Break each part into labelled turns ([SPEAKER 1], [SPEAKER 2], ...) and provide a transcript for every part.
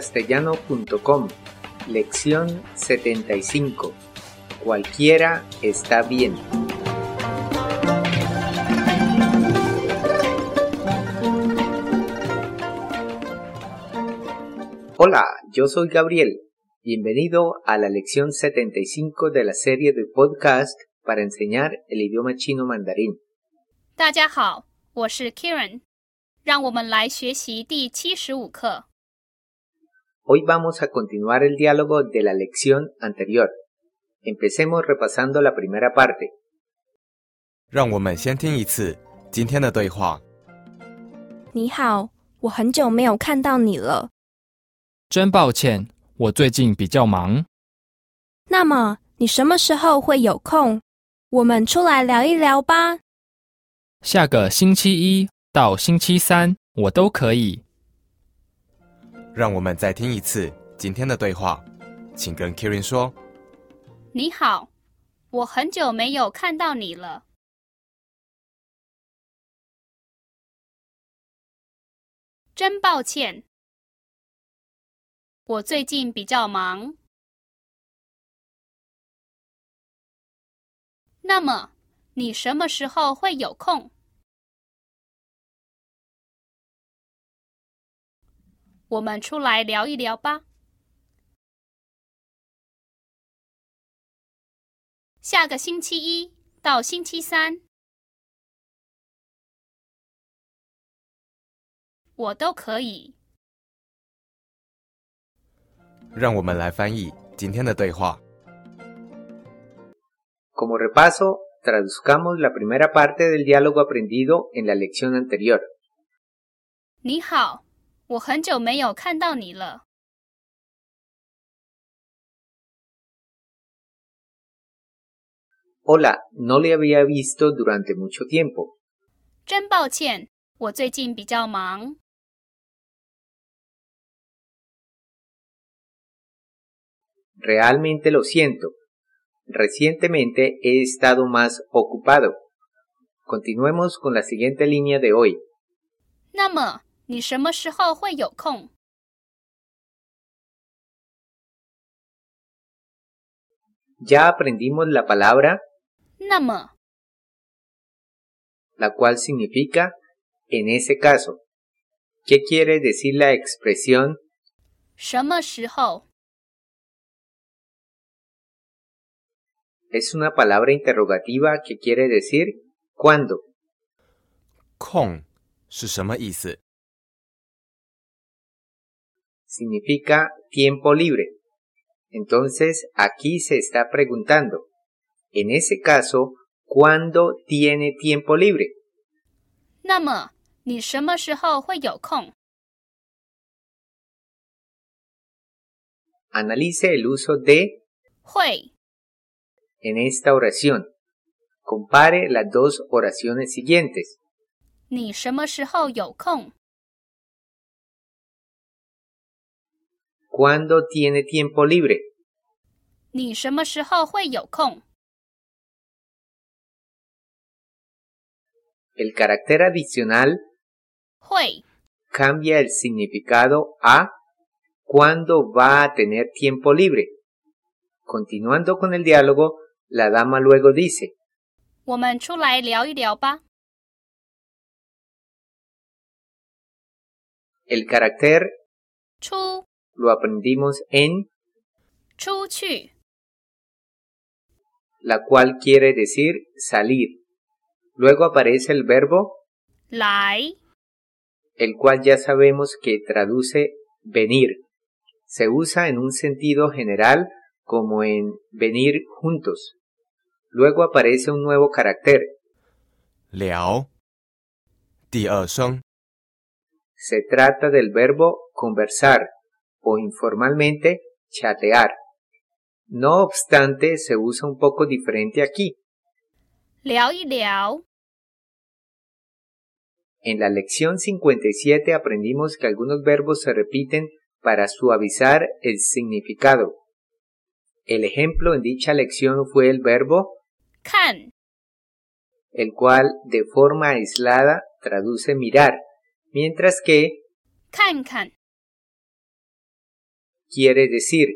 [SPEAKER 1] chinocastellano.com Lección 75 Cualquiera está bien. Hola, yo soy Gabriel. Bienvenido a la lección 75 de la serie de podcast para enseñar el idioma chino mandarín.
[SPEAKER 2] 大家好，我是 Karen，让我们来学习第七十五课。
[SPEAKER 1] Hoy vamos a continuar el diálogo de la lección anterior. Empecemos repasando la primera parte.
[SPEAKER 3] 让我们先听一次今天的对话。
[SPEAKER 4] 你好，我很久没有看到你了。
[SPEAKER 5] 真抱歉，我最近比较忙。
[SPEAKER 4] 那么你什么时候会有空？我们出来聊一聊吧。
[SPEAKER 5] 下个星期一到星期三我都可以。
[SPEAKER 3] 让我们再听一次今天的对话，请跟 Kirin 说。
[SPEAKER 2] 你好，我很久没有看到你了。真抱歉，我最近比较忙。那么，你什么时候会有空？我们出来聊一聊吧。下个星期一到星期三，我都可以。
[SPEAKER 3] 让我们来翻译今天的对话。
[SPEAKER 1] Como repaso, traduzcamos la primera parte del diálogo aprendido en la lección anterior.
[SPEAKER 2] 你好，我很久没有看到你了。
[SPEAKER 1] Hola, no le había visto durante mucho tiempo.
[SPEAKER 2] 真抱歉，我最近比较忙。
[SPEAKER 1] Realmente lo siento. Recientemente he estado más ocupado. Continuemos con la siguiente línea de hoy.
[SPEAKER 2] 那么，你什么时候会有空？
[SPEAKER 1] Ya aprendimos la palabra,
[SPEAKER 2] 那么，
[SPEAKER 1] la cual significa en ese caso. ¿Qué quiere decir la expresión
[SPEAKER 2] 什么时候？
[SPEAKER 1] es una palabra interrogativa que quiere decir cuándo.
[SPEAKER 3] 空是什么意思？
[SPEAKER 1] Significa tiempo libre. Entonces aquí se está preguntando, en ese caso, ¿cuándo tiene tiempo libre?
[SPEAKER 2] 那么，你什么时候会有空？
[SPEAKER 1] Analice el uso de
[SPEAKER 2] 会
[SPEAKER 1] en esta oración. Compare las dos oraciones siguientes.
[SPEAKER 2] 你什么时候有空？
[SPEAKER 1] ¿Cuándo tiene tiempo libre?
[SPEAKER 2] 你什么时候会有空？
[SPEAKER 1] El carácter adicional
[SPEAKER 2] 会
[SPEAKER 1] cambia el significado a ¿cuándo va a tener tiempo libre? Continuando con el diálogo, la dama luego dice,
[SPEAKER 2] 我们出来聊一聊吧。
[SPEAKER 1] el carácter
[SPEAKER 2] 出
[SPEAKER 1] lo aprendimos en,
[SPEAKER 2] 出去，
[SPEAKER 1] la cual quiere decir salir. Luego aparece el verbo,
[SPEAKER 2] 来
[SPEAKER 1] el cual ya sabemos que traduce venir. Se usa en un sentido general como en venir juntos. Luego aparece un nuevo carácter,
[SPEAKER 3] 聊，第二声，
[SPEAKER 1] Se trata del verbo conversar o informalmente chatear. No obstante, se usa un poco diferente aquí.
[SPEAKER 2] 聊一聊。
[SPEAKER 1] En la lección 57 aprendimos que algunos verbos se repiten para suavizar el significado. El ejemplo en dicha lección fue el verbo,
[SPEAKER 2] 看
[SPEAKER 1] el cual de forma aislada traduce mirar, mientras que
[SPEAKER 2] 看看，
[SPEAKER 1] quiere decir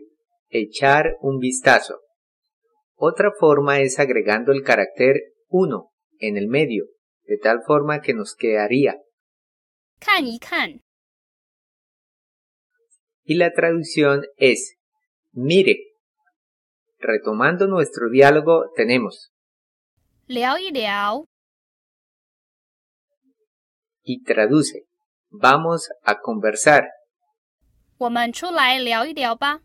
[SPEAKER 1] echar un vistazo. Otra forma es agregando el carácter uno en el medio, de tal forma que nos quedaría.
[SPEAKER 2] 看一看，
[SPEAKER 1] Y la traducción es mire. Retomando nuestro diálogo tenemos
[SPEAKER 2] 聊一聊，
[SPEAKER 1] y traduce. Vamos a conversar.
[SPEAKER 2] 我们出来聊一聊吧。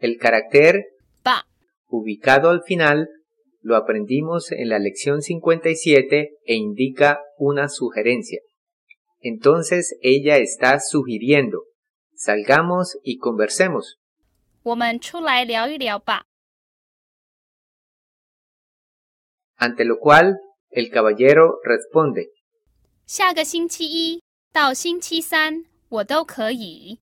[SPEAKER 1] El carácter
[SPEAKER 2] 吧
[SPEAKER 1] ubicado al final lo aprendimos en la lección 57 e indica una sugerencia. Entonces ella está sugiriendo, salgamos y conversemos.
[SPEAKER 2] 我们出来聊一聊吧。
[SPEAKER 1] Ante lo cual el caballero responde,
[SPEAKER 2] 下个星期一到星期三我都可以。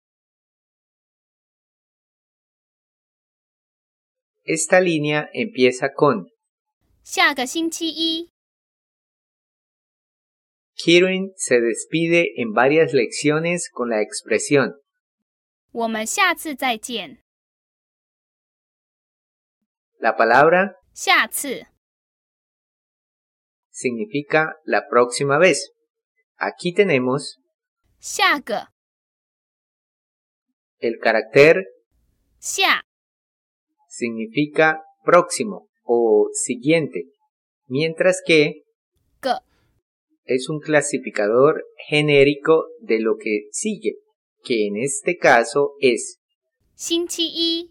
[SPEAKER 1] esta línea empieza con
[SPEAKER 2] 下个星期一，
[SPEAKER 1] Kirin se despide en varias lecciones con la expresión
[SPEAKER 2] 我们下次再见。
[SPEAKER 1] la palabra
[SPEAKER 2] 下次
[SPEAKER 1] significa la próxima vez. Aquí tenemos
[SPEAKER 2] 下个
[SPEAKER 1] el carácter
[SPEAKER 2] 下
[SPEAKER 1] significa próximo o siguiente, mientras que
[SPEAKER 2] 个
[SPEAKER 1] es un clasificador genérico de lo que sigue, que en este caso es,
[SPEAKER 2] 星期一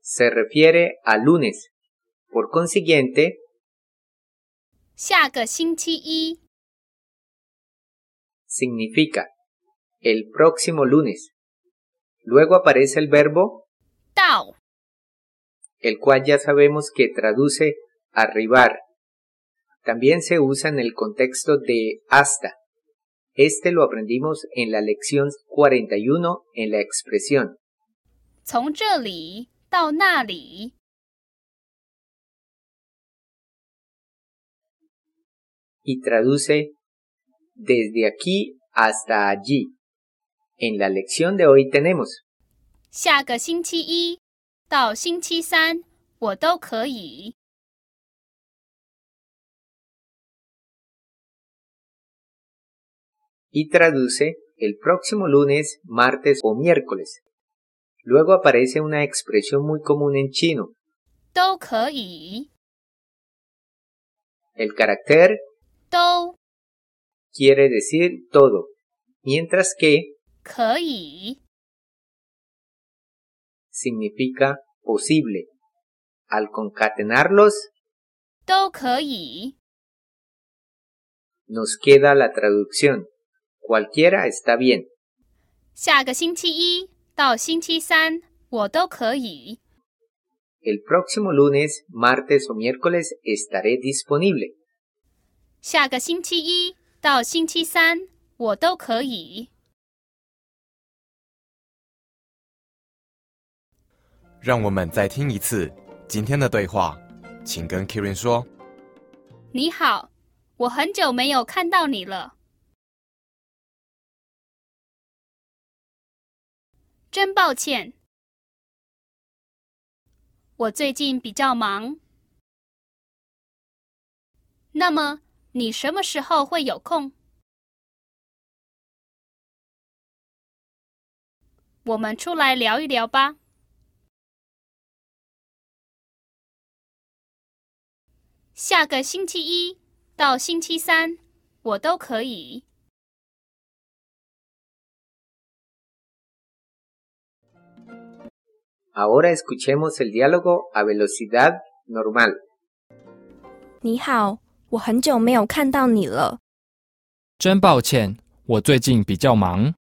[SPEAKER 1] se refiere a lunes. Por consiguiente,
[SPEAKER 2] 下个星期一
[SPEAKER 1] significa el próximo lunes. Luego aparece el verbo,
[SPEAKER 2] 到
[SPEAKER 1] el cual ya sabemos que traduce arribar. También se usa en el contexto de hasta. Este lo aprendimos en la lección 41 en la expresión.
[SPEAKER 2] 从这里到那里。
[SPEAKER 1] y traduce desde aquí hasta allí. En la lección de hoy tenemos
[SPEAKER 2] 下个星期一到星期三我都可以。
[SPEAKER 1] y traduce el próximo lunes, martes o miércoles. Luego aparece una expresión muy común en chino,
[SPEAKER 2] 都可以，
[SPEAKER 1] el carácter
[SPEAKER 2] 都
[SPEAKER 1] quiere decir todo, mientras que
[SPEAKER 2] 可以，
[SPEAKER 1] significa posible. Al concatenarlos,
[SPEAKER 2] 都可以，
[SPEAKER 1] nos queda la traducción. Cualquiera está bien.
[SPEAKER 2] 下个星期一到星期三我都可以。
[SPEAKER 1] El próximo lunes, martes o miércoles estaré disponible.
[SPEAKER 2] 下个星期一到星期三我都可以。
[SPEAKER 3] 让我们再听一次今天的对话，请跟 Kirin 说。
[SPEAKER 2] 你好，我很久没有看到你了，真抱歉。我最近比较忙。那么你什么时候会有空？我们出来聊一聊吧。下个星期一到星期三我都可以。
[SPEAKER 1] Ahora escuchemos el diálogo a velocidad normal.
[SPEAKER 4] 你好，我很久没有看到你了。
[SPEAKER 5] 真抱歉，我最近比较忙。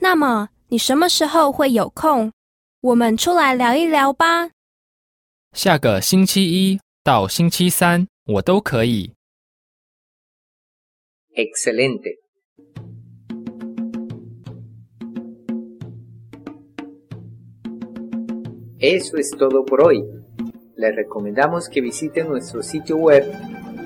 [SPEAKER 4] 那么你什么时候会有空？我们出来聊一聊吧。
[SPEAKER 5] 下个星期一到星期三我都可以。
[SPEAKER 1] Excelente. Eso es todo por hoy. Les recomendamos que visiten nuestro sitio web